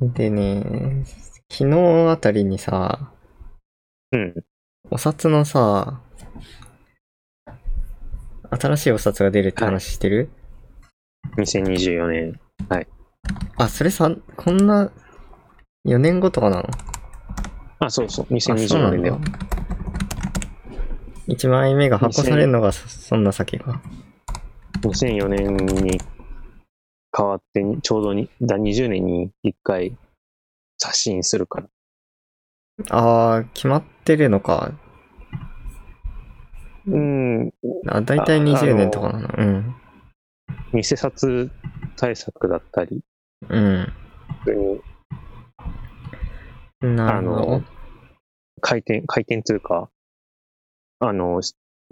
でね、昨日あたりにさ、うん。お札のさ、新しいお札が出るって話してる、 2024年。あ、それさ、こんな、4年後とかなのあ、そうそう。あ、そう2024なん年だよ。だ。1枚目が発行されるのがそそんな先か。 2004年に変わってに、ちょうどに、だ20年に1回刷新するから。あー、決まってるのか。うん。あ、だいたいあ20年とかなの。うん。偽札対策だったり、うん。普通になるほあどの。回転、回転というか、あの、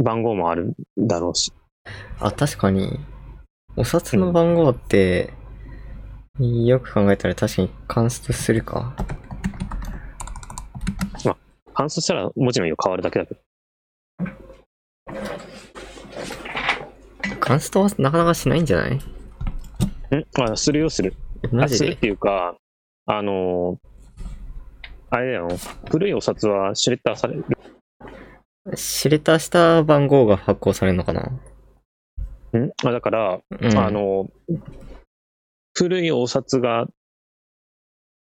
番号もあるだろうし。あ、確かに。お札の番号って、よく考えたら確かに関数するか。反数したら文字の色変わるだけだけど。関数とはなかなかしないんじゃないんあ、するよ、する。えマあジするっでていうか、あのあれだよ、古いお札はシュレッダーされる。知れたした番号が発行されるのかな、んあだから、うん、あの古いお札が、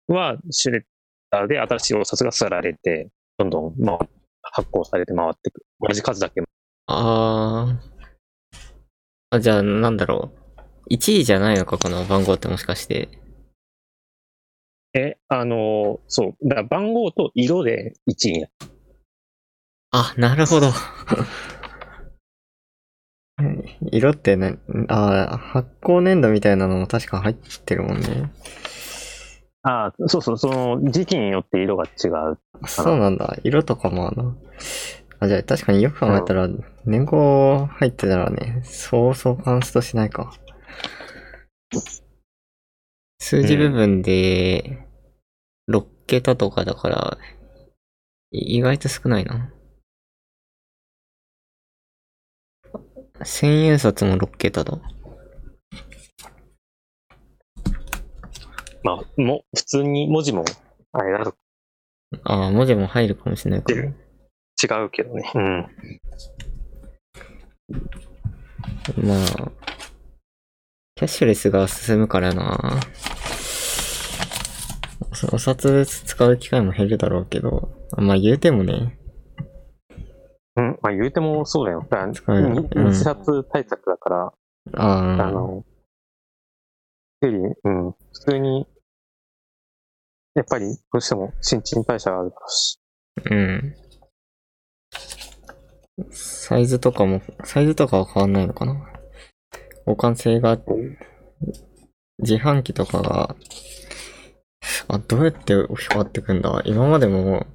はシュレッダーで新しいお札がさられて、どんどん、まあ、発行されて回ってくる。同じ数だけ。あーあ。じゃあ、なんだろう。1位じゃないのか、この番号ってもしかして。え、あのそう。だから番号と色で1位になる。あ、なるほど。 色ってな、あー発行年度みたいなのも確か入ってるもんね。ああ、そうそう、その時期によって色が違う。そうなんだ。色とかもあの。あ、じゃあ確かによく考えたら、年号入ってたらね、そうそうカンストしないか。数字部分で、6桁とかだから、い意外と少ないな。千円札も6桁だ。まあ、も、普通に文字も、あれだとああ、文字も入るかもしれないか出もる。違うけどね。うん。まあ、キャッシュレスが進むからな。そお札使う機会も減るだろうけど、まあ言うてもね、うん、まあ言うてもそうだよ。だ使えないにうん日殺対策だから、ああの、より、うん、普通に、やっぱりどうしても新陳代謝があるだろうし、あ、うん。サイズとかも、サイズとかは変わんないのかな。互換性が、自販機とかが、あ、どうやって変わってくんだ今までも、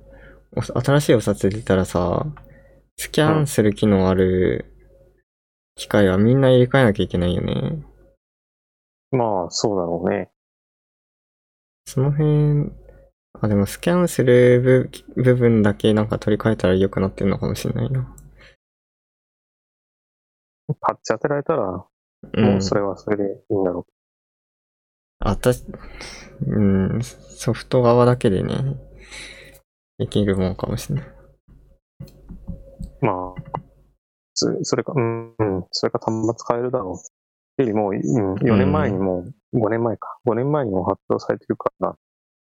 お新しいお札出たらさ、スキャンする機能ある機械はみんな入れ替えなきゃいけないよね。まあそうだろうね。その辺、あ、でもスキャンする部部分だけなんか取り替えたら良くなってるのかもしれないな。パッチ当てられたら、もうん。うそれはそれでいいんだろあたし、うん、ソフト側だけでね、できるもんかもしれない。う。まあ、つそれか、うん、うん、それか端末変えるだろう。よりもう、うん、4年前にも、5年前か、5年前にも発表されてるから、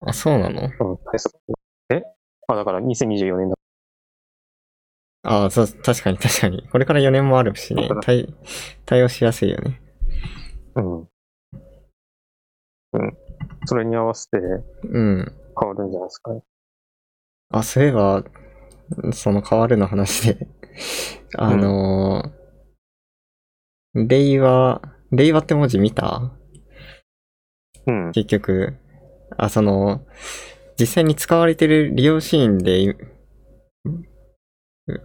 あ、そうなのうん、対策。えあ、だから2024年だ。あそう、確かに確かに。これから4年もあるしねそうだ、対、対応しやすいよね。うん。うん。それに合わせてうん。変わるんじゃないですかね。あ、そういえば、その変わるの話で、あのー、令和、令和って文字見たうん。結局、あ、その、実際に使われてる利用シーンで、い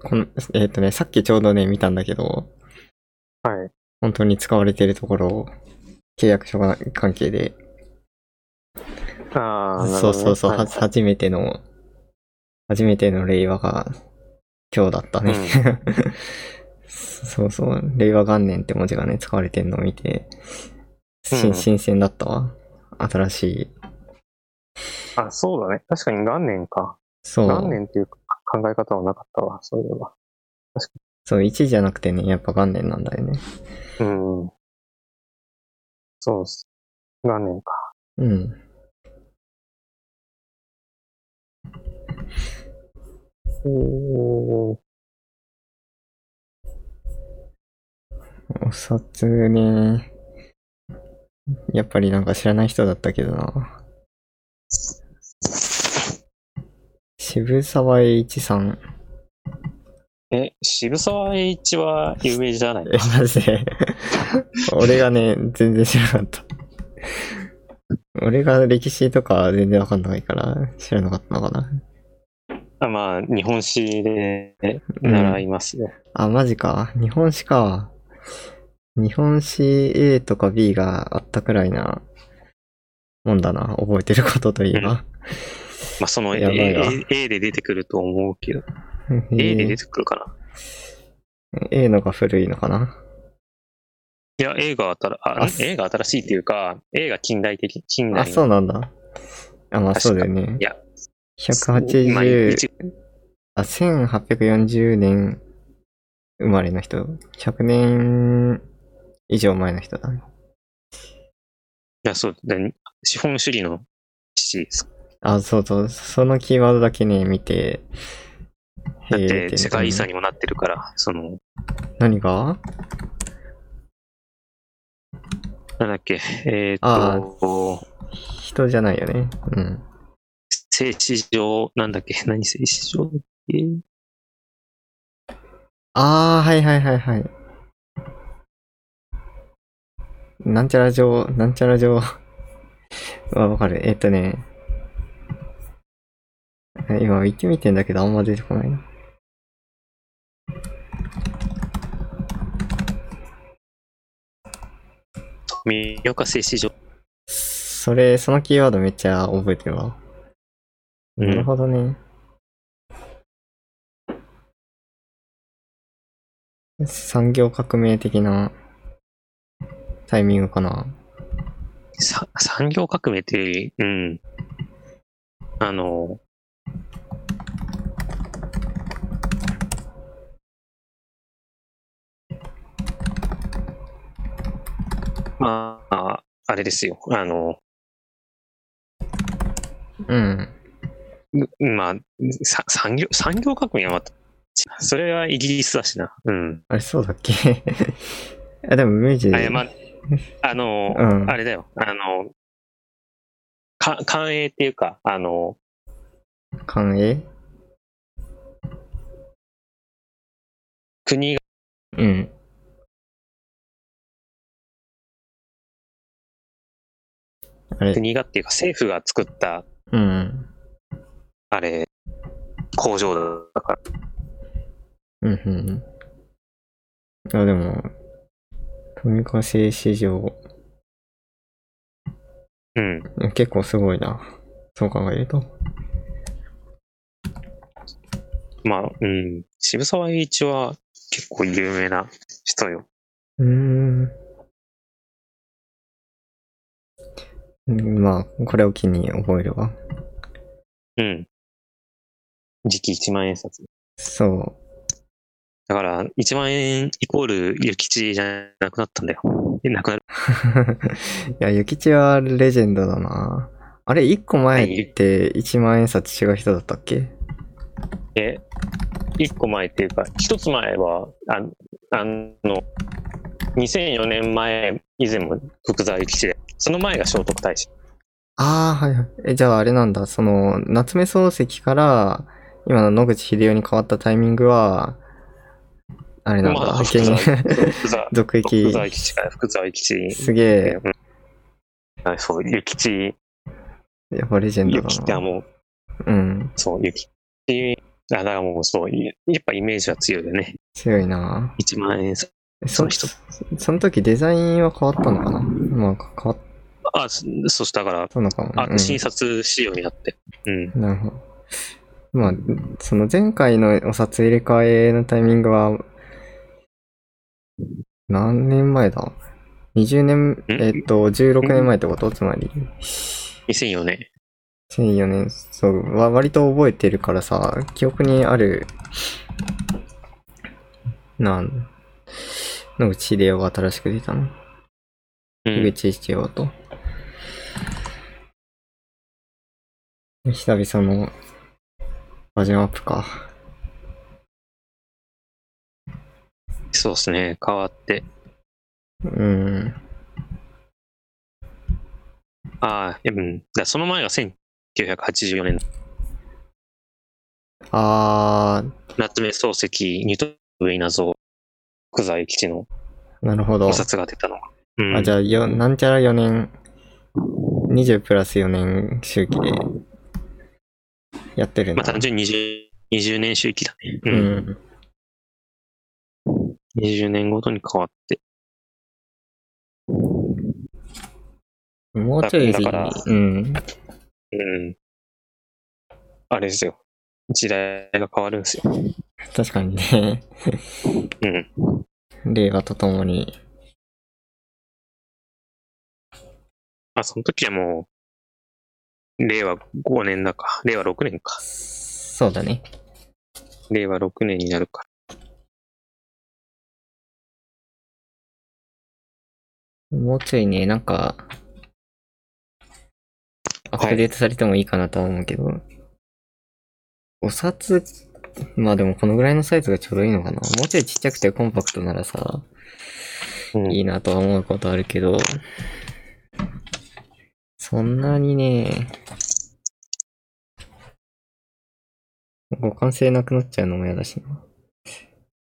この、えっ、とね、さっきちょうどね、見たんだけど、はい。本当に使われてるところを、契約書が関係で、ああ、なるそほどねうそうそう、はいは初めての、初めての令和が、今日だったね。 そうそう、令和元年って文字がね、使われてるのを見て、うん新新鮮だったわ。新しいあ、そうだね。確かに元年か。そう。元年っていうか考え方はなかったわ、そういえば。そう、1じゃなくてね、やっぱ元年なんだよね。うん。そうっす。元年か。うん。おーお札ね。やっぱりなんか知らない人だったけどな。渋沢栄一さん。え、渋沢栄一は有名じゃないえ、マジで。俺がね、全然知らなかった。俺が歴史とか全然わかんないから、知らなかったのかな。あまあ、日本史でうん習いますよ。あ、マジか。日本史か。日本史 A とか B があったくらいなもんだな。覚えてることといえば。まあ、その A, やばいな A A で出てくると思うけど。A で出 A, てくるかな A のが古いのかな。いや、A が新ああす A が新しいっていうか、A が近代的、近代あ、そうなんだ。あ、まあそうだよねいや。まあ180一、あ、1840年生まれの人。100年以上前の人だね。いや、そう、で資本主義の父です。あ、そうそう。そのキーワードだけね、見て。だっへーて、世界遺産ねにもなってるから、その、何がなんだっけ、えーっあと、人じゃないよね。うん。聖地上、なんだっけ、何聖地上だっけああ、はいはいはいはい。なんちゃら城、なんちゃら城 はわかる。えっとね。今、行ってみてんだけど、あんま出てこないな。富岡製糸場。それ、そのキーワードめっちゃ覚えてるわ。なるほどね。産業革命的なタイミングかな。さ産業革命っていうより、うん。あの、まあ、あれですよ。あの、うん。うまあ、さ産業、産業革命はまた、それはイギリスだしな。うん。あれ、そうだっけ あ、でも、明治。あ、いや、まあ、あの、うんあれだよ。あの、か、官営っていうか、あの、官営国がうん。あれ、国がっていうか政府が作った、うん。あれ、工場だから。うん、うん。あ、でも、富岡製糸場、うん。結構すごいな。そう考えると。まあ、うん。渋沢栄一は結構有名な人よ。うーん。うんまあ、これを機に覚えるわ。うん。時期1万円札。 そだから、1万円イコール諭吉じゃなくなったんだよ。えなくなる。う。いや、諭吉はレジェンドだな。あれ、1個前って1万円札違う人だったっけえ、1個前っていうか、1つ前は、ああの、2004年前以前も福沢諭吉で、その前が聖徳太子。ああ、はいはい。え、じゃああれなんだ、その、夏目漱石から、今の野口秀夫に変わったタイミングは、あれなんだ、まあ、派福遣沢、 福 沢、続福役。沢諭吉から福沢諭吉。すげえ、あそう、諭吉、やっぱレジェンド諭吉だはな。もう、うん、そう、諭吉。あ、だからもうそう、やっぱイメージは強いよね。強いな。 1万円札。えそその人その時デザインは変わったのかなまあ、変わっあ、そそうしたから、たのかも。あ、うん診察仕様になって。うん。なるほど。まあ、その前回のお札入れ替えのタイミングは、何年前だ ?20 年、えっと、16年前ってことつまり。 2004年。 2004年、そう、わ割と覚えてるからさ、記憶にある、なん、野口英世が新しく出たの。う樋ん。口一葉と。久々のバージョンアップか。そうですね。変わって。うん。ああ、うん。だその前が1984年、あ夏目漱石、ニトブイナゾ福沢諭吉のー、なるほどお。札が出たのが。うん。あ、じゃあ、よ、なんちゃら4年、20プラス4年周期で、やってるんまだあ単純に 20, 20年周期だね。ううん。ん。 20年ごとに変わって。もうちょい、だからうん。うん。あれですよ。時代が変わるんですよ。確かにね、 うん。令和とともに、まあその時はもう、令和5年だか、令和6年か。そうだね。令和6年になるから。もうちょいね、なんか、アップデートされてもいいかなとは思うけど、お札、まあでもこのぐらいのサイズがちょうどいいのかな。もうちょいちっちゃくてコンパクトならさ、うんいいなとは思うことあるけど、そんなにね、互換性なくなっちゃうのも嫌だし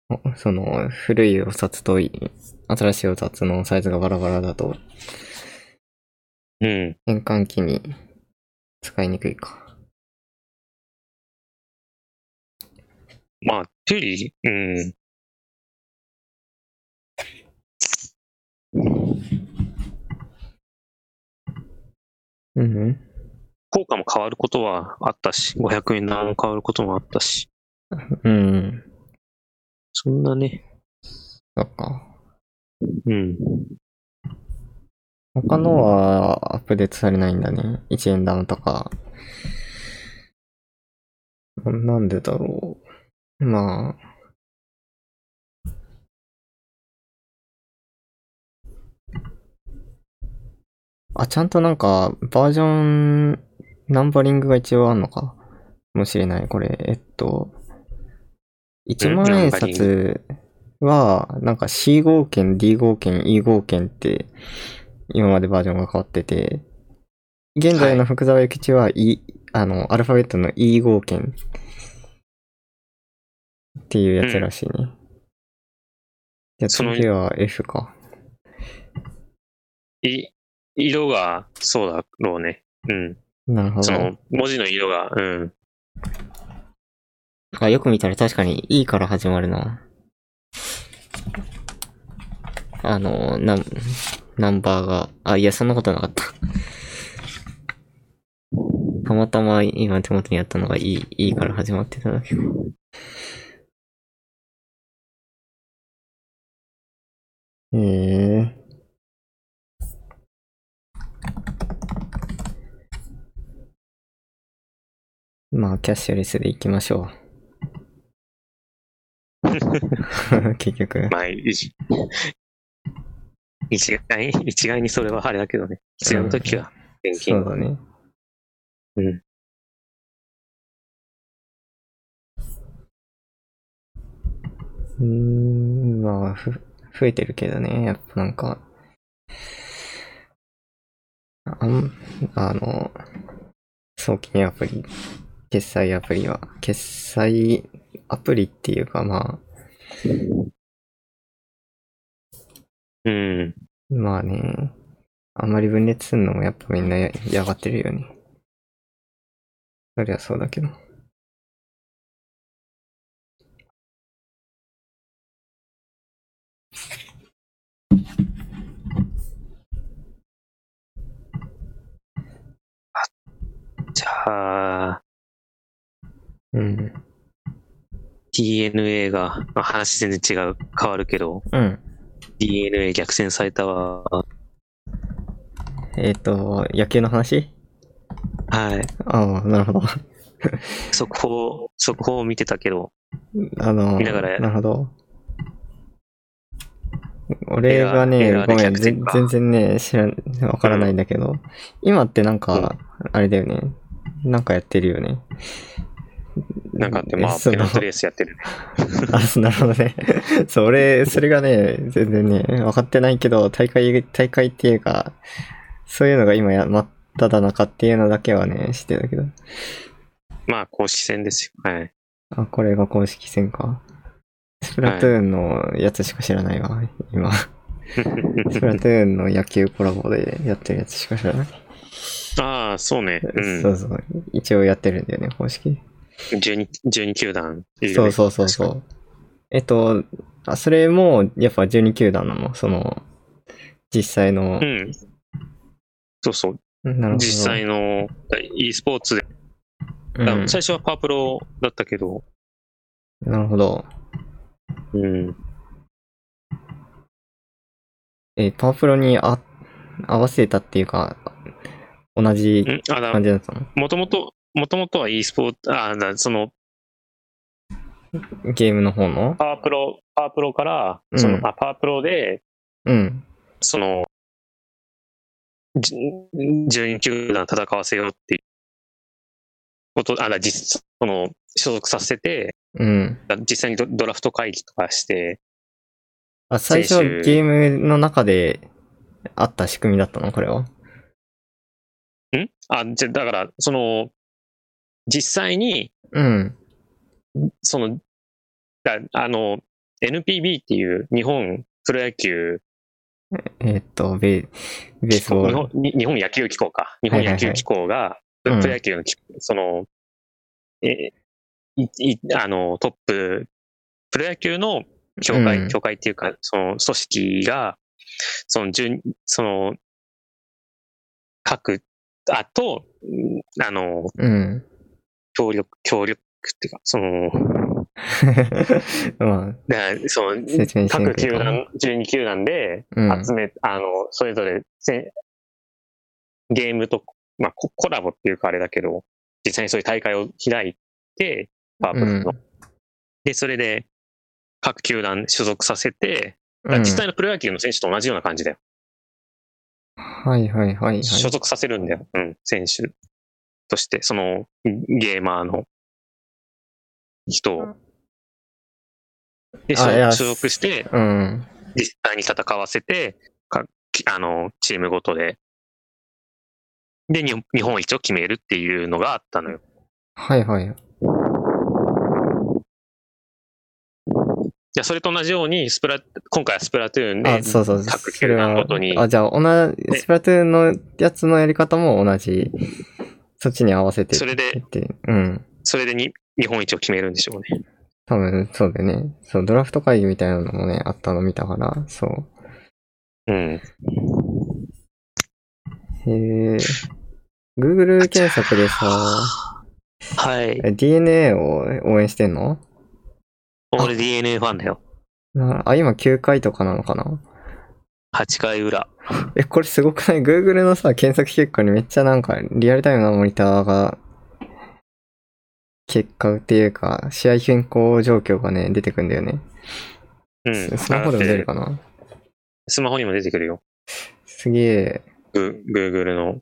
な。おその、古いお札とい新しいお札のサイズがバラバラだと、うん。変換器に使いにくいか。まあ、というより、うん。うんうん。効果も変わることはあったし、500円玉も変わることもあったし、うん。そんなね、そっか。うん。他のはアップデートされないんだね。1円玉とか。ななんでだろう。まあ。あ、ちゃんとなんか、バージョン、ナンバリングが一応あんのかもしれない。これ、えっと、1万円ナンバリン札は、なんか C 号券、D 号券、E 号券って、今までバージョンが変わってて、現在の福沢諭吉は、E、あの、アルファベットの E 号券っていうやつらしいね。じゃあその次は F か。い、色が、そうだろうね。うん。なるほそど。の、文字の色が、うん。あ、よく見たら確かに E から始まるな。あの、ナン、ナンバーが、あ、いや、そんなことなかった。たまたま今手元にあったのが E、E から始まってただけ。へえ。まあ、キャッシュレスで行きましょう。 結局。まあ、一一概に、一概にそれはあれだけどね。必要な時は、現そ金う。だね。うん。うーん、まあ、ふ、増えてるけどね、やっぱなんか。あん、あの、送金アプリ、決済アプリは、決済アプリっていうかまうん。あ、まあね、あんまり分裂するのもやっぱみんなややがってるよね。そりゃそうだけど。じゃあ、うん。 DNA が、まあ、話全然違う、変わるけど、うん。 DNA 逆転されたわ。はえっ、と、野球の話はい。ああ、なるほど。速報、速報を見てたけど、あの、見ながらるほど。俺が映ね、画ごめ映画ん、でぜ逆転全か然ね、知らん、わからないんだけど、今ってなんか、あれだよね。なんかやってるよね。なんかあって、まあ、そペうナントレースやってるね。あ、そう なるほどね。そう、俺、それがね、全然ね、分かってないけど、大会、大会っていうか、そういうのが今や、真っただ中っていうのだけはね、知ってたけど。まあ、公式戦ですよ。はい。あ、これが公式戦か。スプラトゥーンのやつしか知らないわ、 今。スプラトゥーンの野球コラボでやってるやつしか知らない。ああ、そうね。うんそ。うそう。一応やってるんだよね、公式。 12, 12球団いるねそうそうそうそう。えっと、あ、それも、やっぱ12球団なのその、実際の、うん。そうそう。なるほど。実際の e スポーツで、うん、最初はパワープロだったけど、なるほど。うん。え、パワプロにあ合わせたっていうか、同じうんあだ感じだったのもともと、もともとは e スポーツ、あだその、ゲームの方のパワープロ、パワープロから、うんその、あパワープロで、うん。その、じ12球団戦わせようっていうこと、あだ実、その、所属させて、うん。だ実際にドドラフト会議とかして、あ、最初は先週ゲームの中であった仕組みだったのこれは。んあ、じゃ、だから、その、実際に、うん。その、だあの、NPB っていう日本プロ野球、えーっと、ベー、ベースボ日ー本ル。に日本野球機構か。日はいは本いはい野球機構が、プうんロ野球のき、その、え、い、い、あの、トップ、プロ野球の協会、うん協会っていうか、その組織が、その、順、その、各、あと、うんあの、うん。 協力、協力っていうか、その、まあ、だその説明しに各くい球かな。団、12球団でうん。集め、あの、それぞれせゲームと、まあ、ココラボっていうかあれだけど、実際にそういう大会を開いて、パワープロの。で、それで、各球団所属させて、だからうん実際のプロ野球の選手と同じような感じだよ。はいはいはいはい。所属させるんだよ。うん、選手として、その、ゲーマーの人を。で、あいや所属して、うん。実際に戦わせて、かきあのチームごとで。で、日本日本一を決めるっていうのがあったのよ。はいはい。じゃあそれと同じようにスプラ、今回はスプラトゥーンあ、で、そうそう。各そ球れ団ごはとに、、あ、じゃあ、同じ、ねスプラトゥーンのやつのやり方も同じ。そっちに合わせて。それで、って、うん。それでに日本一を決めるんでしょうね。多分、そうだよね。そう、ドラフト会議みたいなのもね、あったの見たから、そう。うん。へえ。Google 検索でさ、はい。 DNA を応援してんの俺 DNA ファンだよ。なあ、今9回とかなのかな8回裏。え、これすごくない ?Google のさ、検索結果にめっちゃなんか、リアルタイムなモニターが、結果っていうか、試合変更状況がね、出てくんだよね。うん。ススマホでも出るかなスマホにも出てくるよ。すげえ、グ Google の。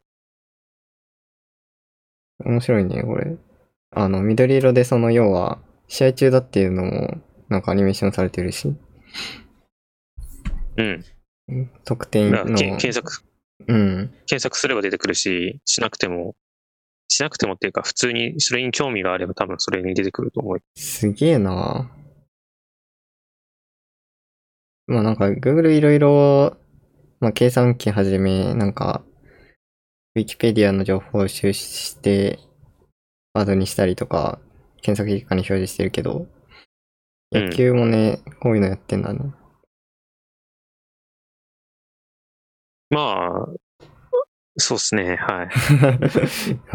面白いね、これ。あの、緑色でその、要は、試合中だっていうのも、なんかアニメーションされてるし、うん。得点だからのけ、検索、うん。検索すれば出てくるし、しなくても、しなくてもっていうか、普通にそれに興味があれば多分それに出てくると思う。すげえなまあなんか Google いろいろ、まあ計算機はじめ、なんか、Wikipedia の情報を収集して、ワードにしたりとか、検索結果に表示してるけど、うん野球もね、こういうのやってんだな。まあ、そうっすね、は い。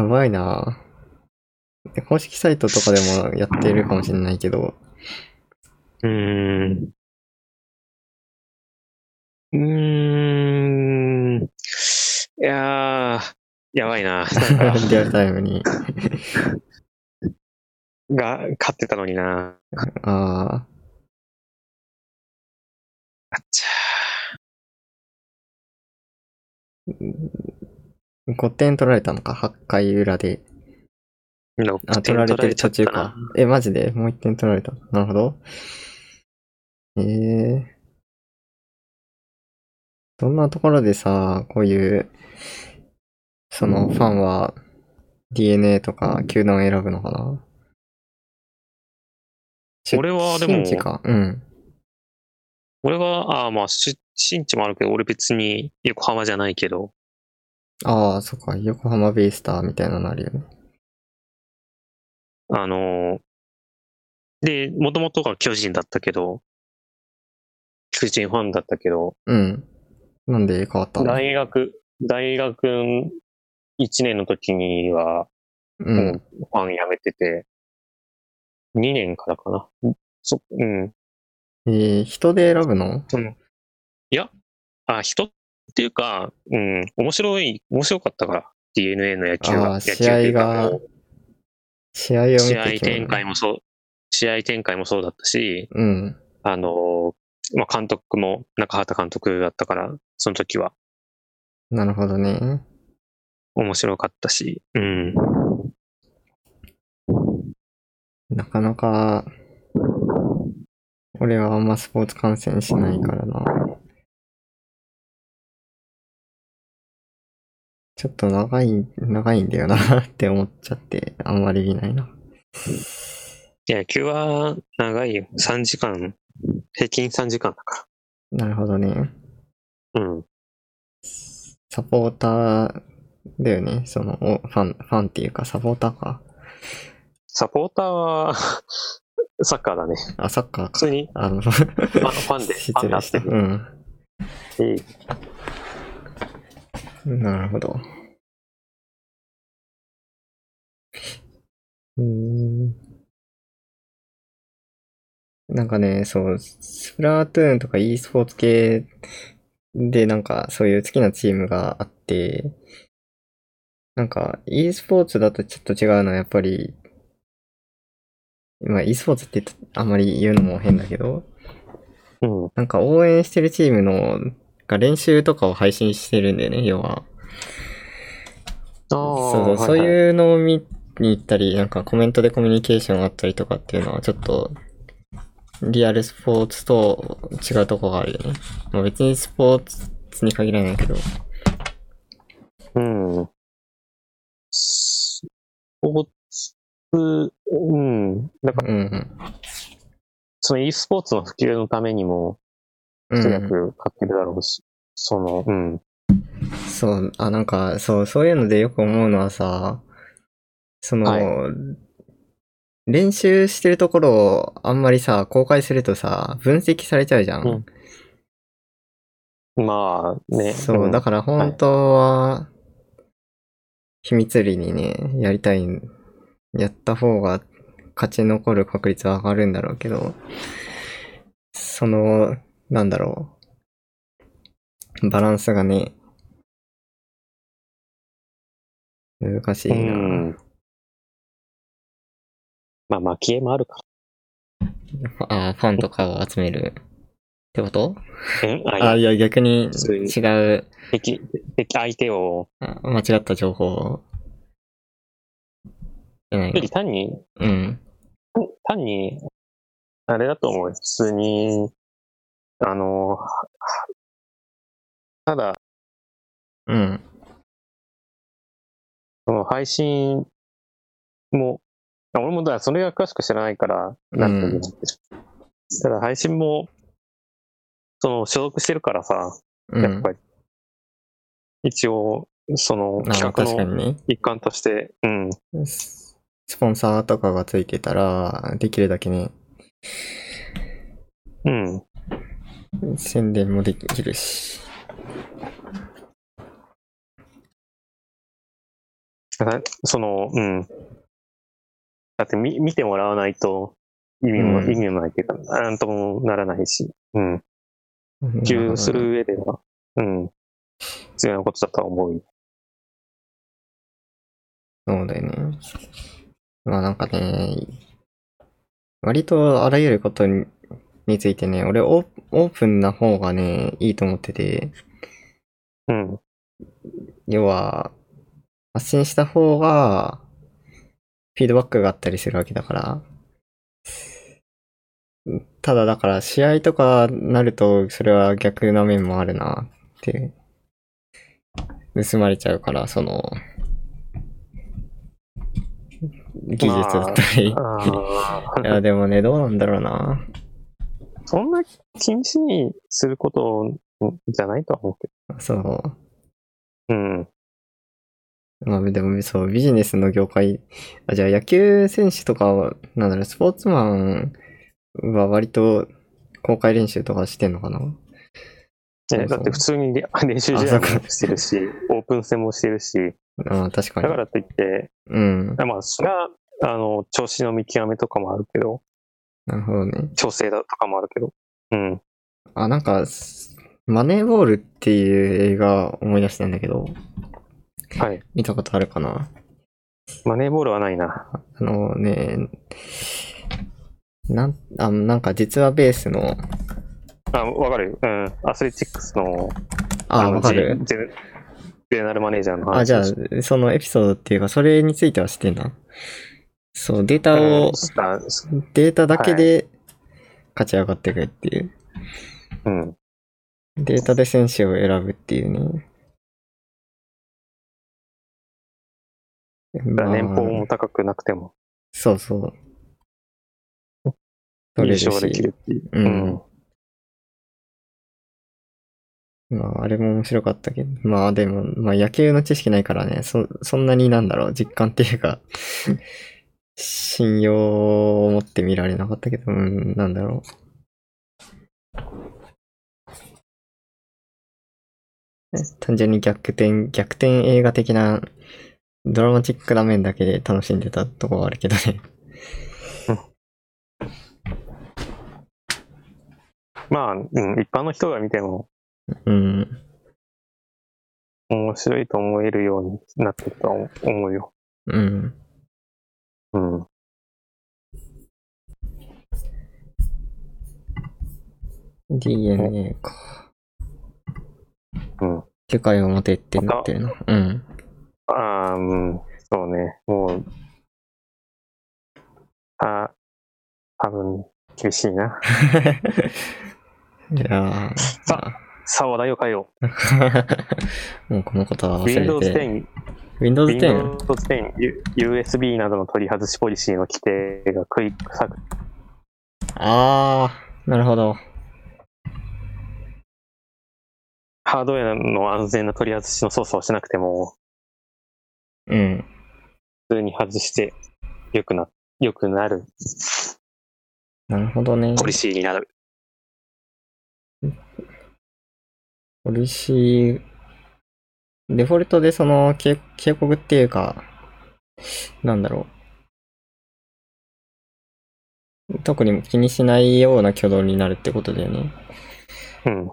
やばいなぁ。公式サイトとかでもやってるかもしれないけど、うーん。うーん。いやー、やばいな。なんかリアルタイムに。が、勝ってたのにな。ああ、あっちゃ5点取られたのか、8回裏で。ー。六あ、点取られてるちゃ途っ中たなか。。え、マジでもう1点取られた。なるほど。えー。どんなところでさ、こういう、そのファンは DNA とか球団を選ぶのかな俺はでも新地か。うん。俺は、ああ、まあ、し新地もあるけど、俺別に横浜じゃないけど、ああ、そっか。横浜ベイスターみたいなのあるよね。あのーで、もともとが巨人だったけど、巨人ファンだったけど、うん。なんで変わったの大学、大学1年の時には、うもんう。ファン辞めてて、2年からかな。そ、うん。えー、人で選ぶのあ、人っていうか、うん、面白い、面白かったから、DNA の野球あは。ー野球っていうか試合がもう試合を見て試合決める展の開もそう、試合展開もそうだったし、うん。あの、まあ、監督も中畑監督だったから、その時はなるほどね。面白かったし、うん。なかなか、俺はあんまスポーツ観戦しないからな。ちょっと長い、長いんだよな って思っちゃって、あんまり見ないな。野球は長いよ。3時間、平均3時間だかなるほどね。ら。うん。サポーターだよね。その、おファン、ファンっていうかサポーターか。サポーターは、 サッカーだね。あ、サッカー普か。通にあの、ファ ンファンで、フ失ァンだ礼っした。てう。ん。うんなるほど。うーん。なんかね、そう、スプラトゥーンとか e スポーツ系でなんかそういう好きなチームがあって、なんか e スポーツだとちょっと違うのはやっぱり、まあ e スポーツって言ったあんまり言うのも変だけど、うん。なんか応援してるチームのが練習とかを配信してるんだよね、要は。ああ、そうそう、そうう。いうのを見に行ったり、なんかコメントでコミュニケーションあったりとかっていうのは、ちょっと、リアルスポーツと違うとこがあるよね。まあ別にスポーツに限らないけど。うん。スポーツ、うん。なんか、うんうん。その e スポーツの普及のためにも、うん通うん、訳買ってるだろうし、その、うん。そう、あ、なんか、そう、そういうのでよく思うのはさ、その、はい練習してるところをあんまりさ、公開するとさ、分析されちゃうじゃん。うんまあね。そう、だかから本当は、秘密裏にね、やりたい、やった方が勝ち残る確率は上がるんだろうけど、その、なんだろう、バランスがね、難しいな。うん。まあ、蒔絵もあるかあファンとかを集める。ってことら。うんあ、いあ、やいや、逆に普通に違う、敵、敵、相手を、あ間違った情報を。じゃないよのり単に、うん。単に、あれだと思うよ。普通に、あの、ただ、うん。その配信も、あ俺もだ、それが詳しく知らないから、なんていうのただ配信も、その、所属してるからさ、うん。やっぱり、一応、そのあ企確画かのにね。一環として、うん、ススポンサーとかがついてたら、できるだけね、うん、宣伝もできるし。だからその、うん。だって見、見てもらわないと、意味も、うん意味もないっていうか、なんともならないし、うん。普なるほど及ねする上では、うん。必要なことだとは思うよ。そうだよね。まあなんかね、割とあらゆることにについてね、俺オーオープンな方がね、いいと思ってて、うん。要は、発信した方が、フィードバックがあったりするわけだから。ただだから、試合とかなると、それは逆な面もあるな、って。盗まれちゃうから、その、技術だったり。あいや、でもね、どうなんだろうな。あ、そんな禁止にすることじゃないとは思うけそう。ど。うん。まあでもそう、ビジネスの業界、あじゃあ野球選手とかは、なんだろう、スポーツマンは割と公開練習とかしてんのかなそうそねうだって普通に練 練習あ試そ合うかもしてるし、オープン戦もしてるし、ああ確かだにか。らといって、うん。まあ、それは、あの、調子の見極めとかもあるけど、なるほどね。調整だとかもあるけど。うん。あ、なんか、すマネーボールっていう映画思い出したんだけど、はい。見たことあるかなマネーボールはないな。あのね、なん、あなんか実話ベースの、あ、わかるよ。うん。アスレチックスの、ああ、のわかるジェジェジェネラルマネージャーの話。あ、じゃあ、そのエピソードっていうか、それについては知ってんだ。そう、データうんを、あそデータだけで勝ち上がっていくっていう。うん。データで選手を選ぶっていうね。だから年俸まあも高くなくても、そうそう。取れ優るし勝ができるっていう。うん。まあ、あれも面白かったけど。まあ、でも、まあ、野球の知識ないからね、そ、そんなになんだろう、実感っていうか、信用を持って見られなかったけど、うん、なんだろう。ね単純に逆転、逆転映画的な、ドラマチックな面だけで楽しんでたとこはあるけどね。まあ、うん、一般の人が見てもうん。面白いと思えるようになってるとは思うよ。うん。うん。 DNA か。うん。 9回表ってなってるな。うん。ああ、うん。そうね。もう、あ、多分、厳しいな。いやーささあ、話題を変えよ もうこのことはう。忘れ Windows て。 10、 Windows 10? Windows 10、U- USB などの取り外しポリシーの規定がクイック削あー、なるほど。ハードウェアの安全な取り外しの操作をしなくても、うん。普通に外して、良くな、良くなるなるほどね。ポリシーになる。ポリシー、デフォルトでその警警告っていうか、なんだろう。特に気にしないような挙動になるってことだよね。うん。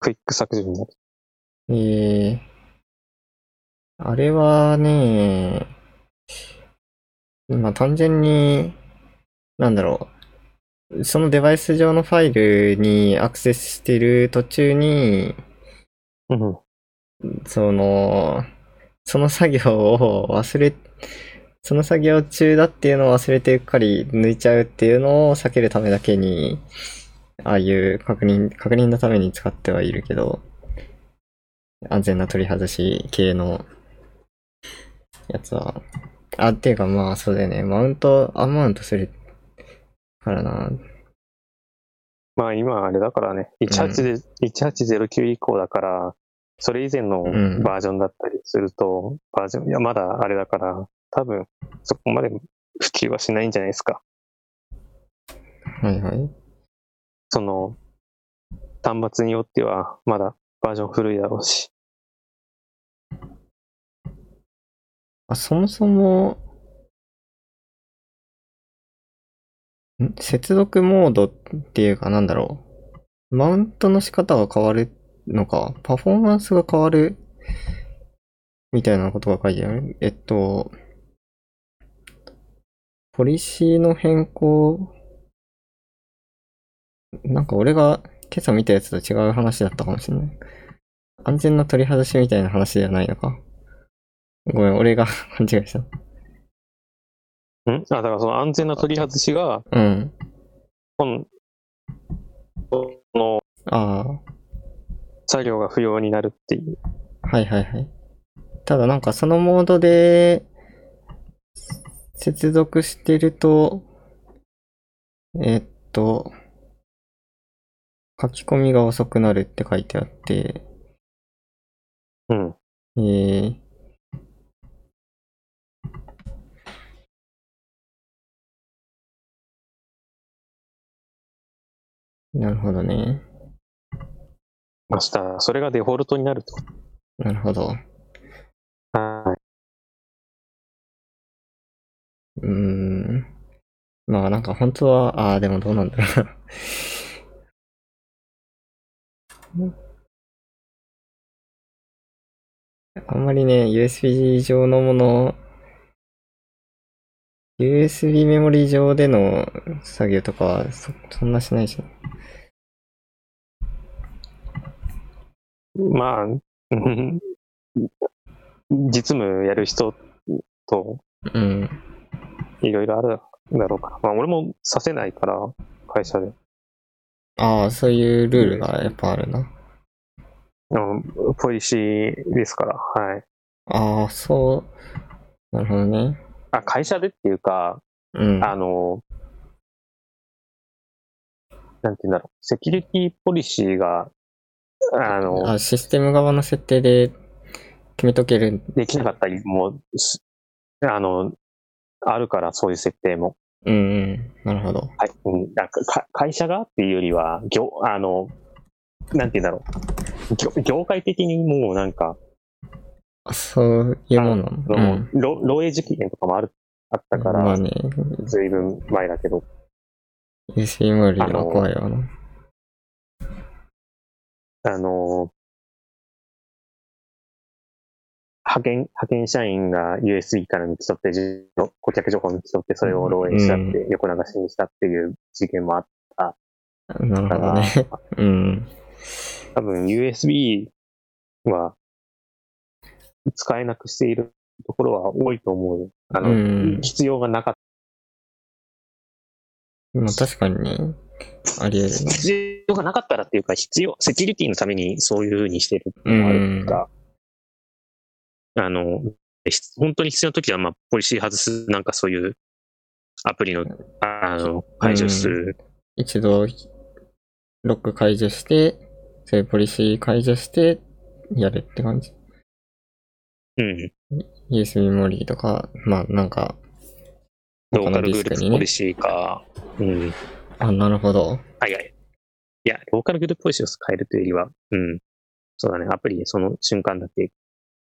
クイック削除になる。ええあれはね、まあ単純に、なんだろう、そのデバイス上のファイルにアクセスしてる途中に、うん。その、その作業を忘れ、その作業中だっていうのを忘れてうっかり抜いちゃうっていうのを避けるためだけに、ああいう確認、確認のために使ってはいるけど、安全な取り外し系のやつは、あ、っていうかまあそうだよね、マウント、アンマウントするからな、まあ今あれだからね、18で、1809以降だから、それ以前のうんバージョンだったりすると、バージョン、いやまだあれだから、多分そこまで普及はしないんじゃないですか。はいはい。その、端末によってはまだバージョン古いだろうし。あ、そもそも、ん接続モードっていうかなんだろう。マウントの仕方が変わるのか、パフォーマンスが変わるみたいなことが書いてある。えっと、ポリシーの変更、なんか俺が今朝見たやつと違う話だったかもしれない。安全な取り外しみたいな話じゃないのか。ごめん、俺が勘違いした。んあ、だからその安全な取り外しが、うん。このこのああ。作業が不要になるっていう。はいはいはい。ただなんかそのモードで接続してると、えっと、書き込みが遅くなるって書いてあって、うん。えー、なるほどね。明日、それがデフォルトになるってこなるほど。と。はうーん。まあなんか本当は、ああー、でもどうなんだろうな。 あんまりね、USB 上のもの、USB メモリ上での作業とかはそそんなしないしな。い。まあ、うん実務やる人とうん。いろいろあるだろうから。まあ、俺もさせないから、会社で。ああ、そういうルールがやっぱあるな。うん、ポリシーですから。はい。ああ、そう。なるほどね。あ、会社でっていうか、うん。あの、なんて言うんだろう。セキュリティポリシーが、あの、あシステム側の設定で決めとける。できなかったりもす、あの、あるから、そういう設定も。うんうん。なるほど。はいうんなんかか会社がっていうよりは、業、あの、なんて言うんだろう。業業界的にもうなんか、あそういうもんなその。うのん。ろ漏洩事件とかもある、あったかまあら、ね、ずいぶん前だけど、 USB 無理あはの怖いわな。あの、派遣、派遣社員が USB から抜き取って、じ顧客情報抜き取って、それを漏洩したって、う横流しにしたっていう事件もあっなるたほどから、ね。うん。多分 USB は使えなくしているところは多いと思うよ。あの、うん必要がなかっまあ確かにね、ありた。得るね。必要がなかったらっていうか、必要、セキュリティのためにそういうふうにしてるっていうのもあるから、あの、ひ本当に必要な時は、まあ、ポリシー外す、なんかそういうアプリの、あの、解除する。一度、ロック解除して、そういうポリシー解除して、やるって感じ。うん。 USB メモリーとか、まあなんか、ロ他ーカのデルグィスルクーにプポねリ。シーか、うん。あ、なるほど。はいはい。いや、ローカルグループポリシーを変えるというよりは、うん。そうだね、アプリでその瞬間だけ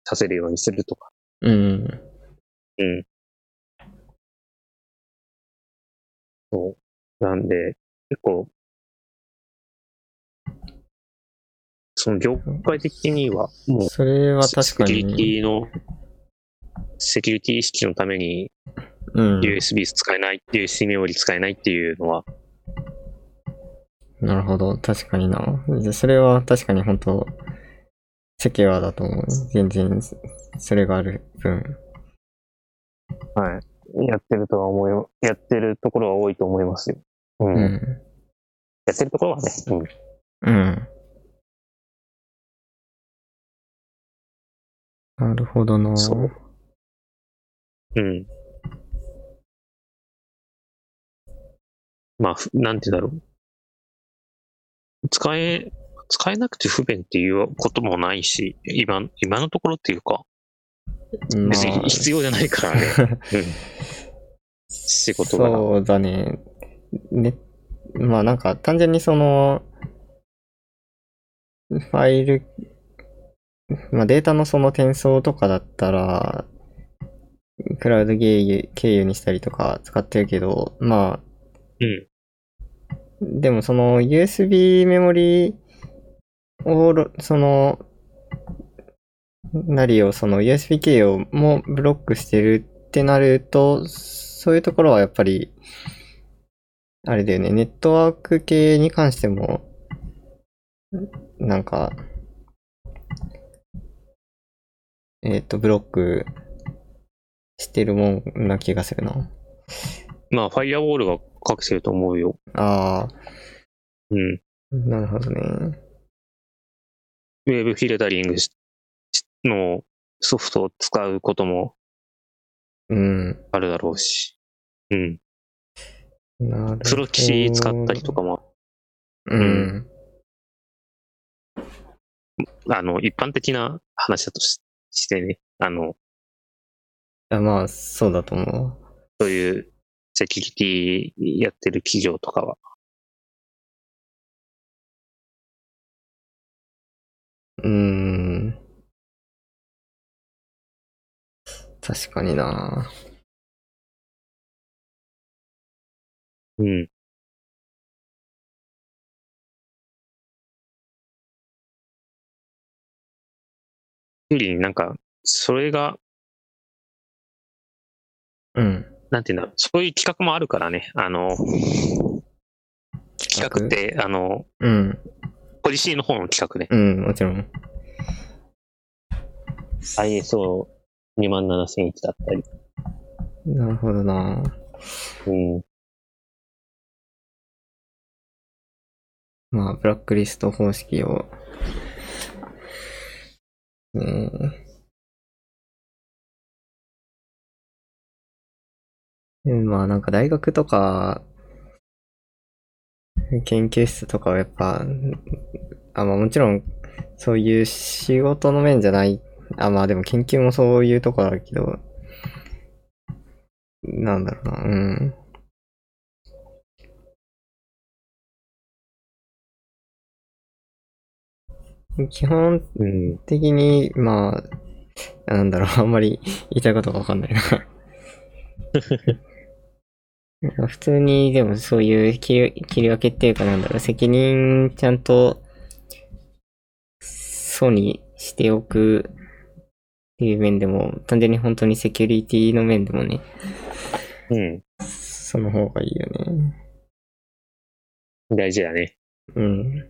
させるようにするとか。うん。うん。そう。なんで、結構、その業界的には、もう、それはセ確かキュリテに。ィの、セキュリティ意識のためにうん。 USB 使えないっていう、USB メモリ使えないっていうのは、なるほど。確かにな。でそれは確かに本当、セキュアだと思う。全然、それがある分。はい。やってるとは思いま、やってるところは多いと思いますよ。う。うんやん。ってるところはね、うん。うん。なるほどな。そううん。まあ、ふなんて言うんだろう。使え、使えなくて不便っていうこともないし、今、今のところっていうか、まあ別に必要じゃないからね。うん。仕事が。そうだね。ね。まあなんか単純にその、ファイル、まあデータのその転送とかだったら、クラウド経由経由にしたりとか使ってるけど、まあ、うん。でもその USB メモリをろそのなりを、その USB 経由もブロックしてるってなると、そういうところはやっぱり、あれだよね、ネットワーク系に関しても、なんか、えっ、と、ブロックしてるもんな気がするな。まあ、ファイアウォールがかけてると思うよ。ああ、うん。なるほどね。ウェブフィルタリングししのソフトを使うこともうん。あるだろうし。うん。なるほどプロキシ使ったりとかも、うん。あの、一般的な話だとししてね、あの、あまあ、そうだと思そういうセキュリティやってる企業とかは。う。うん。確かにな。うん。よりなんか、それが、うん。なんていうんだろう、そういう企画もあるからね。あの、企画って、あの、うん。ポリシーの方の企画ね。うん、もちろん。 ISO27001 だったり。なるほどな。うん。まあ、ブラックリスト方式を。ねえ。でもまあなんか大学とか、研究室とかはやっぱ、あ、まあもちろん、そういう仕事の面じゃない、あ、まあでも研究もそういうとこあるけど、なんだろうな、うん。基本うん。的に、まあ、なんだろう、あんまり言いたいことがわかんないな。 なんか普通に、でもそういう切り切り分けっていうかなんだろう、責任ちゃんと、そうにしておくっていう面でも、単純に本当にセキュリティの面でもね、うん。その方がいいよね。大事だね。うん。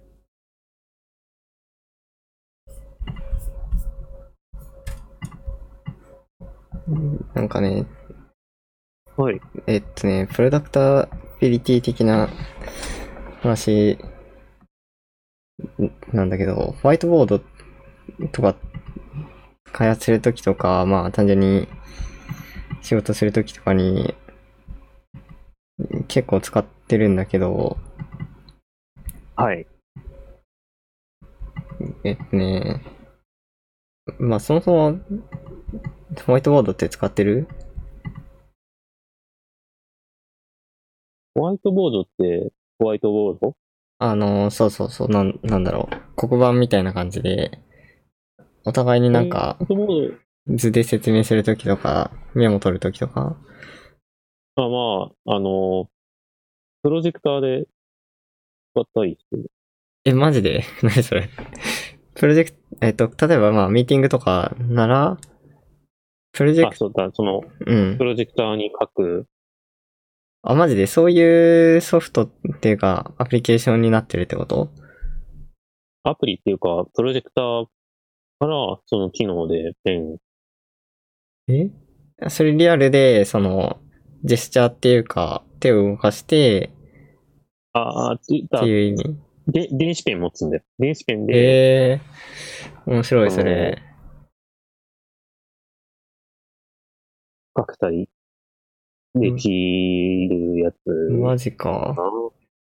なんかね、はい。えっとね、プロダクタービリティ的な話なんだけど、ホワイトボードとか開発するときとか、まあ単純に仕事するときとかに結構使ってるんだけど、はい。えっとね、まあそもそもホワイトボードって使ってるホワイトボードって、ホワイトボードあの、そうそうそう、なん、なんだろう。黒板みたいな感じで、お互いになんかホワ、イトボー図で説明するときとか、メモ取るときとか。ドはまあ、あの、プロジェクターで使ったりしてる。え、マジで 何それプロジェクト、えっと、例えばまあ、ミーティングとかなら、プロジェあ、クト、そうだ、その、うんプ。ロジェクターに書く。あ、マジでそういうソフトっていうか、アプリケーションになってるってことアプリっていうか、プロジェクターから、その機能でペン。えそれリアルで、その、ジェスチャーっていうか、手を動かして、ああ、ついったて、いう意味。で、電子ペン持つんだよ。電子ペンで、ええー、面白い、それ。書くたり、できるやつ。マジかか。な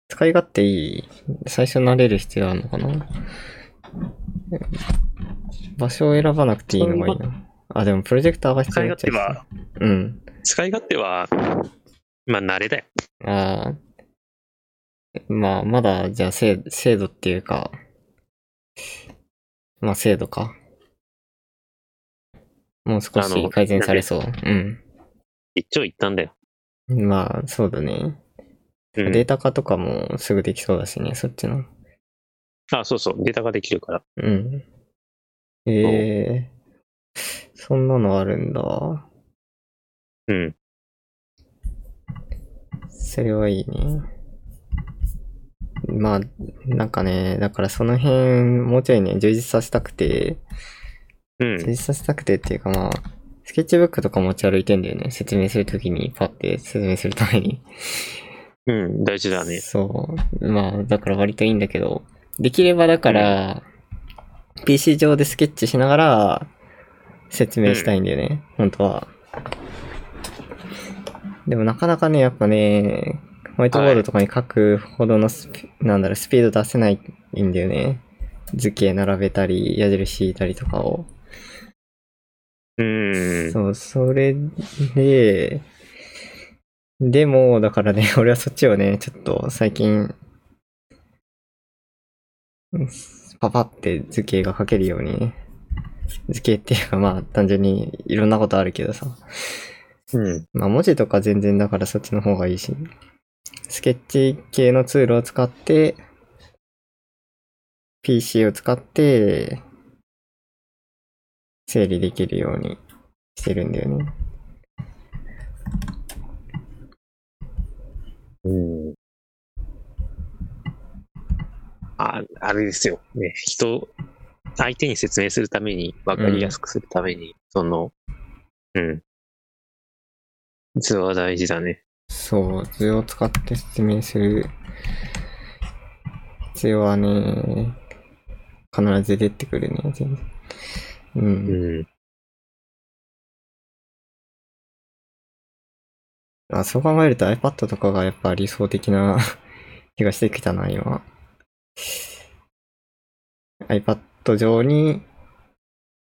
使い勝手いい最初慣れる必要あるのかな場所を選ばなくていいのがいいな。あ、でもプロジェクターが必使要いになっち勝手ゃはう。、うん。使い勝手は、まあ、慣れだよ。あーまあ、まだ、じゃあ、精精度っていうか、まあ、精度か。もう少あのし改善されそう。うん。一長一短だよ。まあ、そうだね。うんデータ化とかもすぐできそうだしね、そっちの。あ、そうそう。データができるから。うん。ええそんなのあるんだ。うん。それはいいね。まあ、なんかね、だからその辺、もうちょいね、充実させたくて、うん充。実させたくてっていうかまあ、スケッチブックとか持ち歩いてんだよね。説明するときに、パッて説明するために。うん。大事だね。そう。まあ、だから割といいんだけど、できればだから、PC 上でスケッチしながら、説明したいんだよね、本当は。でもなかなかね、やっぱね、ホワイトボードとかに書くほどのスピ、なんだろう、スピード出せないんだよね。図形並べたり、矢印引いたりとかを。うん。そう、それで、でも、だからね、 俺はそっちをね、ちょっと最近、パパって図形が描けるようにね、図形っていうかまあ単純にいろんなことあるけどさ、うん。まあ文字とか全然だからそっちの方がいいし、スケッチ系のツールを使って、PC を使って、整理できるようにしてるんだよね。うん。あ、あれですよ。ね、人、相手に説明するために、わかりやすくするために、その、うん。それは大事だね。そう、図を使って説明する必要はね、必ず出てくるね、全然。う。うんん。あ、そう考えると iPad とかがやっぱ理想的な 気がしてきたな、今。iPad 上に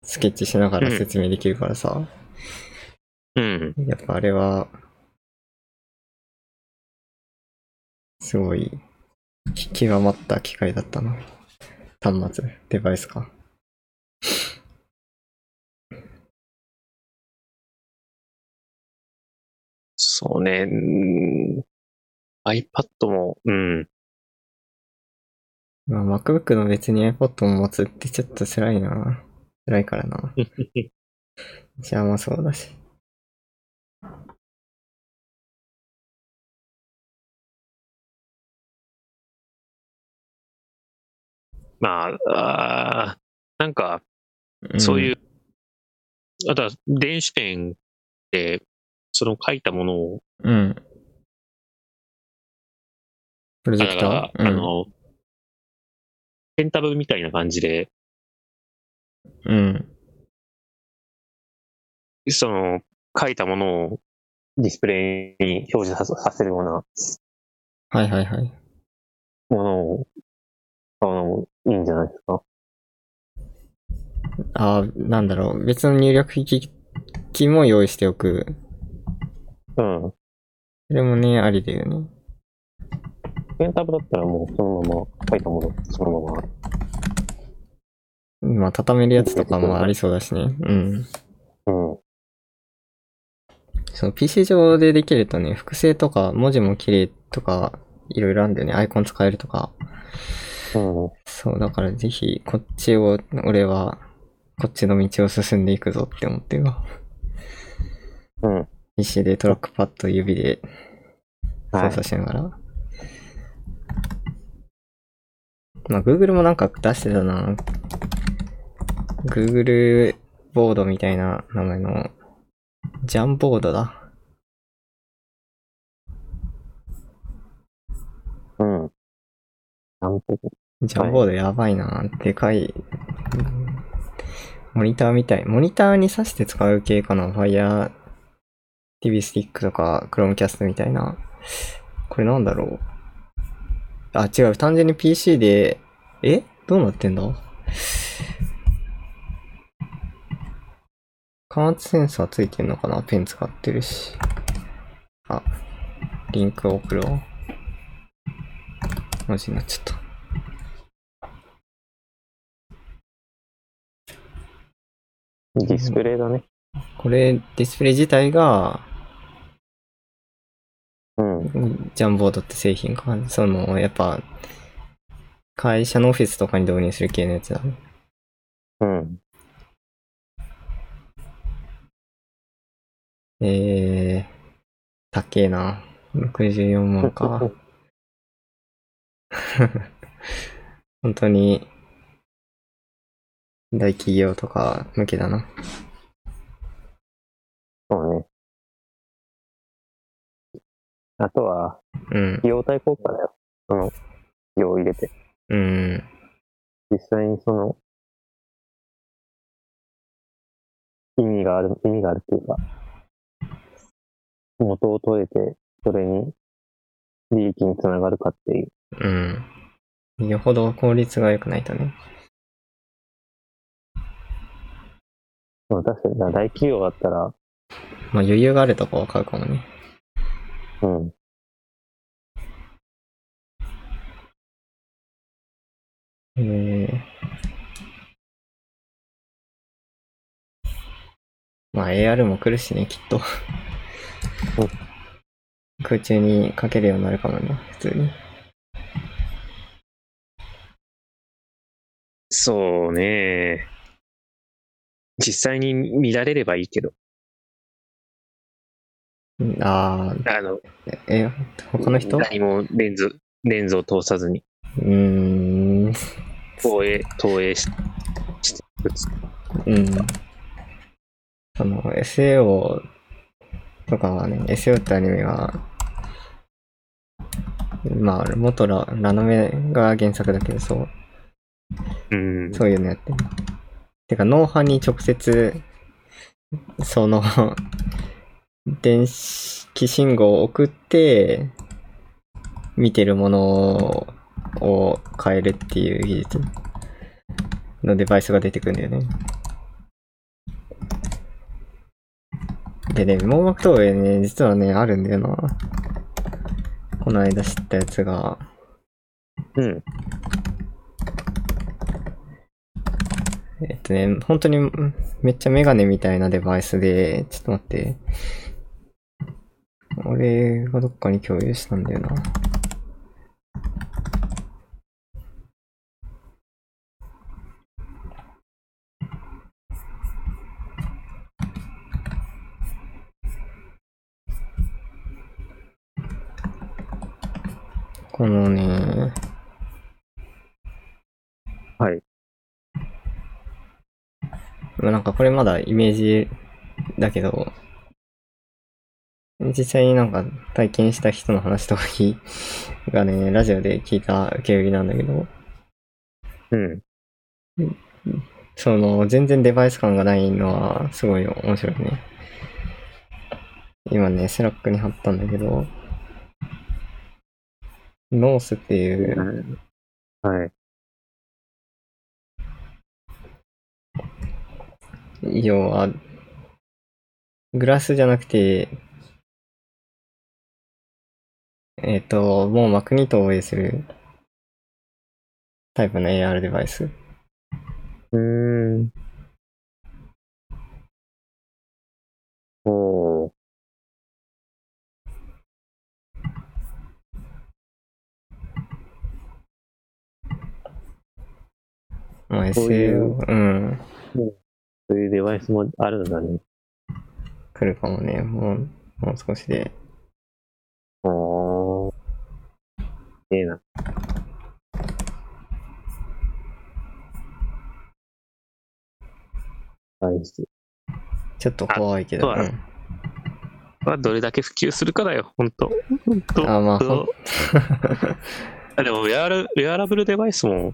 スケッチしながら説明できるからさ。うん。やっぱあれは、すごい、き極まった機械だったな。端末、デバイスか。そうね。うん、iPad も、うん。まあ、MacBook の別に iPod も持つってちょっと辛いな。辛いから な。じゃあまあそうだし。まあ、あーなんか、んそういう、あとは電子ペンで、その書いたものを、うん。プロジェだクかターら、あうんの、ペンタブみたいな感じで、うん。その、書いたものをディスプレイに表示ささせるようなはいはいはい。ものを、あの、いいんじゃないですか。ああ、なんだろう。別の入力機器も用意しておく。うそん。れもね、ありだよね。ペンタブだったらもうそのまま書いたもの、そのまま。まあ、畳めるやつとかもありそうだしね。うん。うん。その PC 上でできるとね、複製とか文字も綺麗とか、いろいろあるんだよね。アイコン使えるとか。うん。そう、だからぜひ、こっちを、俺は、こっちの道を進んでいくぞって思ってるわ。うん。 PC でトラックパッド指では操い。作しながら。まあ、Google もなんか出してたな。Google ボードみたいな名前の、ジャンボードだ。うん。なんとジャンボードやばいな、でかい。モニターみたい。モニターに挿して使う系かな。Fire TV スティックとか Chromecast みたいな。これなんだろう。あ、違う。単純に PC で、えどうなってんだ感圧センサーついてんのかなペン使ってるし。あ、リンク送ろう。文字になっちゃった。ディスプレイだね。これ、ディスプレイ自体が、うん。ジャンボードって製品か。その、やっぱ、会社のオフィスとかに導入する系のやつだね。うん。えー、高えな。64万か。 本当に、大企業とか向けだな。そうね。あとは、うん。費用対効果だよ。その、費用を入れて。うん。実際にその、意味がある、意味があるっていうか、元を取れて、それに、利益につながるかっていう。うん。よほど効率が良くないとね。まあ確かにな、大企業だったら、まあ余裕があるとこは買うかもね。うん。えー。まあ AR も来るしね、きっと。空中にかけるようになるかもね、普通に。そうね。実際に見られればいいけど、うんああ、あの、え、他の人う何もレンズ、レンズを通さずに、ーん、投影、投影し、して、うん。あの、SAO とかはね、SAO ってアニメは、まあ、元ララノベが原作だけど、そう、うん。そういうのやってる。てか、脳波に直接、その、電子信号を送って、見てるものを変えるっていう技術のデバイスが出てくるんだよね。でね、網膜投影ね、実はね、あるんだよな。この間知ったやつが、うん。えっとね、本当にんめっちゃメガネみたいなデバイスで、ちょっと待って。俺がどっかに共有したんだよな。このね、はい。まあなんかこれまだイメージだけど、実際になんか体験した人の話とか聞いがね、 ラジオで聞いた受け売りなんだけど、うん。その全然デバイス感がないのはすごい面白いね。今ね、スラックに貼ったんだけど、ノースっていうはい。要は、グラスじゃなくて、えっ、と、網膜に投影するタイプの AR デバイス。うーん。おー。まあ、そうい SL う、うん、そういうデバイスもあるんだね。来るかもね。もう、もう少しで。おー。ええな。デバイスちょっと怖いけど。あそうだうはどれだけ普及するかだよ、本当本ん、当あ、まあ、ほんと。 あでもウェアル、ウェアラブルデバイスも、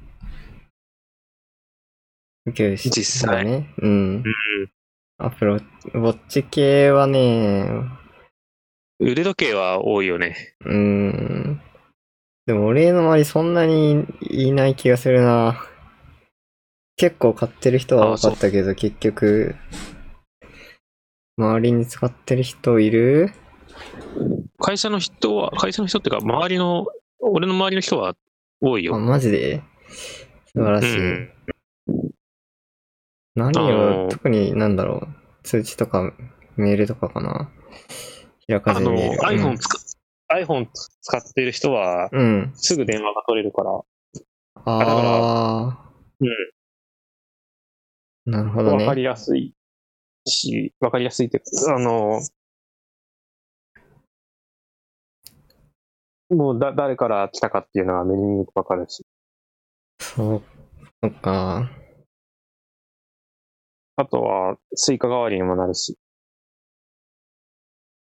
普及し実際ね。うん。うん、アプロウォッチ系はね、腕時計は多いよね。うーん。でも俺の周りそんなにいない気がするな。結構買ってる人は多かったけど、結局、周りに使ってる人いる会社の人は、会社の人っていうか、周りの、俺の周りの人は多いあ、よ。マジで素晴らうしい。ん。何あをの、特になんだろう。通知とかメールとかかな。開かあずにの見える。、 iPhone 使、iPhone 使ってる人は、うん。うん。すぐ電話が取れるから、だからああ。なるほどわかね。りやすいし、わかりやすいって、あの、もうだ、誰から来たかっていうのは目に見るとわかるし。そう、そっか。あとは、スイカ代わりにもなるし。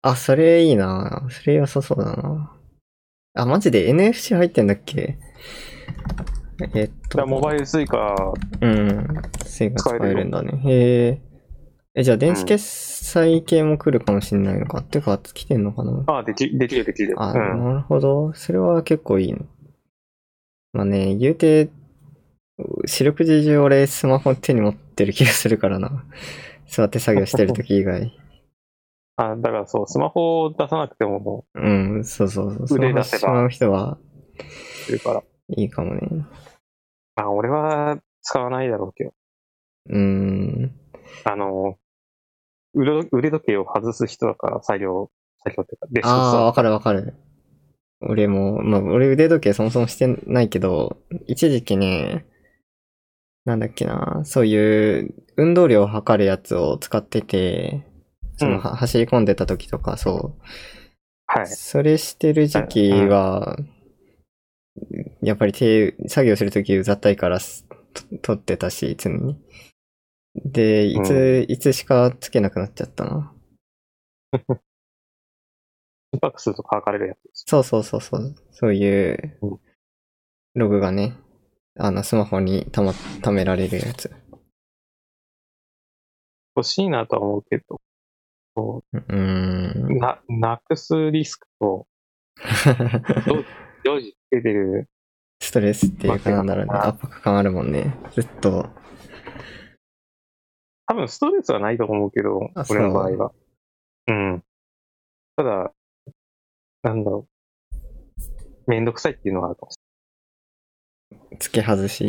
あ、それいいな。それ良さそうだな。あ、マジで NFC 入ってんだっけえっだからと、モバイルスイカ、うん。スイが使えるんだね。へえ。え、じゃあ電子決済系も来るかもしんないのか。ってか、来てんのかなああ、でき、できるできる。あ、うん。なるほど。それは結構いいの。まあね、言うて、四六時中俺スマホ手に持ってる気がするからな。座って作業してる時以外。あだからそう、スマホを出さなくてももうん、そうそうそう。スマ腕ホ出しせばてまう人はう、するから。いいかもね。あ、俺は使わないだろうけど。うーん。あの、腕腕時計を外す人だから、作業、作業っていうか、デスクああ、さわかるわかる。俺も、まあ、俺腕時計そもそもしてないけど、一時期ね、なんだっけな、そういう運動量を測るやつを使ってて、その、うんは走り込んでた時とか、そう。はい。それしてる時期は、やっぱり手、作業するときうざったいからす、と取ってたし、常に。で、いつ、いつしかつけなくなっちゃったな。心拍数とか測れるやつです。そうそうそうそう。そういううん、ログがね、あの、スマホにたま、貯められるやつ。欲しいなとは思うけど、こうーん。 うな、なくすリスクと、常時つけてる、ストレスっていうかなんだろうね。まあ圧迫感あるもんね。ずっと。多分ストレスはないと思うけどあ、そう俺の場合は。うん。ただ、なんだろう。めんどくさいっていうのがあるかもし付け外し、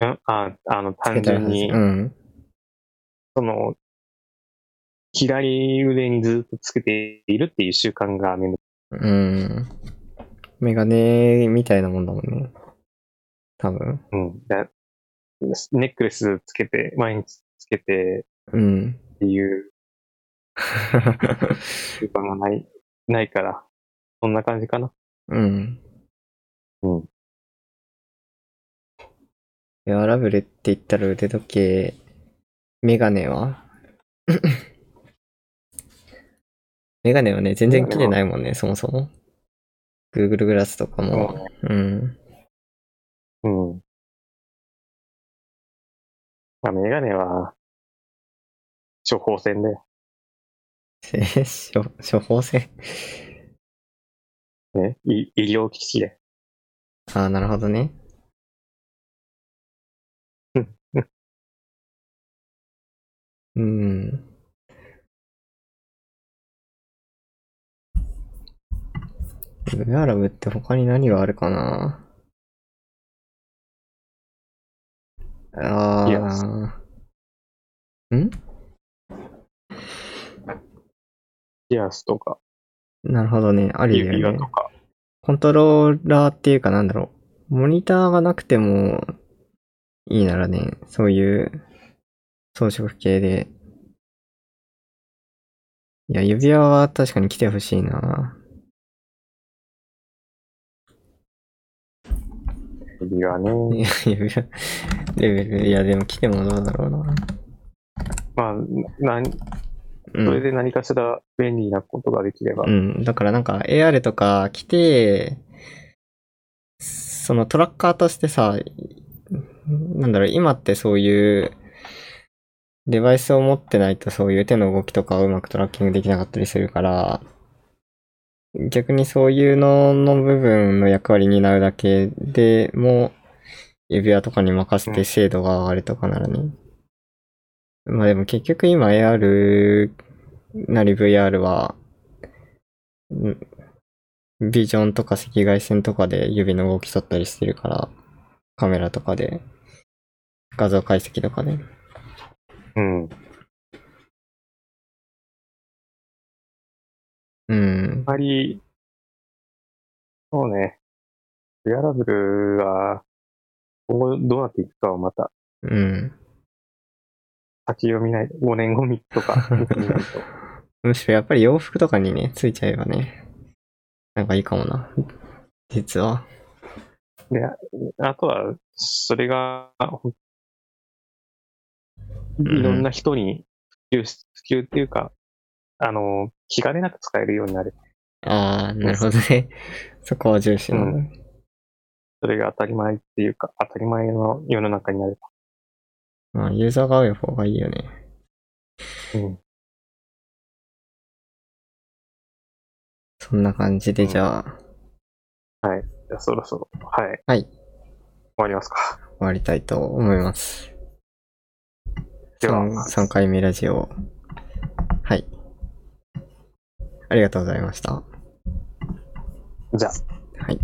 れない。うんあ、あの、付単けたら純外し。にう、ん。その、左腕にずっとつけているっていう習慣がめんどくうん。メガネみたいなもんだもんね。多分。さい。うん。だネックレスつけて、毎日つけてうん。 っていう習慣がない、ないから、そんな感じかな。うん。うん。いや、ラブルって言ったら腕時計、メガネは メガネはね、全然切れないもんね、そもそも。Google グラスとかも。うん。 うん。まあ、メガネは、処方箋で、処処方箋。ね、い医療機器で。ああ、なるほどね。うん。ウェアラブって他に何があるかなあいやあ。んピアスとか、なるほどね。ありだ指よ輪ねと。か。コントローラーっていうかなんだろう。モニターがなくてもいいならね、そういう装飾系で。いや、指輪は確かに来てほしいな。指輪ね。いや、指輪、レベル、いや、でも来てもどうだろうな。まあ、な、なうそれん。で何かしら便利なことができれば。うん。だからなんか AR とか来て、そのトラッカーとしてさ、なんだろう、今ってそういうデバイスを持ってないとそういう手の動きとかをうまくトラッキングできなかったりするから、逆にそういうのの部分の役割になるだけでも、指輪とかに任せて精度が上がるとかならね。まあでも結局今 AR なり VR は、んビジョンとか赤外線とかで指の動き取ったりしてるから、カメラとかで、画像解析とかで。うん。うんあ。まり、そうね。ウェアラブルが、今後どうなっていくかはまた、うん。先を見ない、5年 後見とか、見てみないと。むしろやっぱり洋服とかにね、ついちゃえばね、なんかいいかもな。実は。で、あとは、それが、ほんうんいろんな人に普及し、普及っていうか、あの、気兼ねなく使えるようになる。ああ、なるほどね。そこは重視なのね。それが当たり前っていうか、当たり前の世の中になる。まあ、ユーザーが多い方がいいよね。うん。そんな感じで、うんじゃあ、じゃあそろそろ、はい。はい終わりますか。終わりたいと思います。では 3, 回目ラジオ。はい。ありがとうございました。じゃあはい。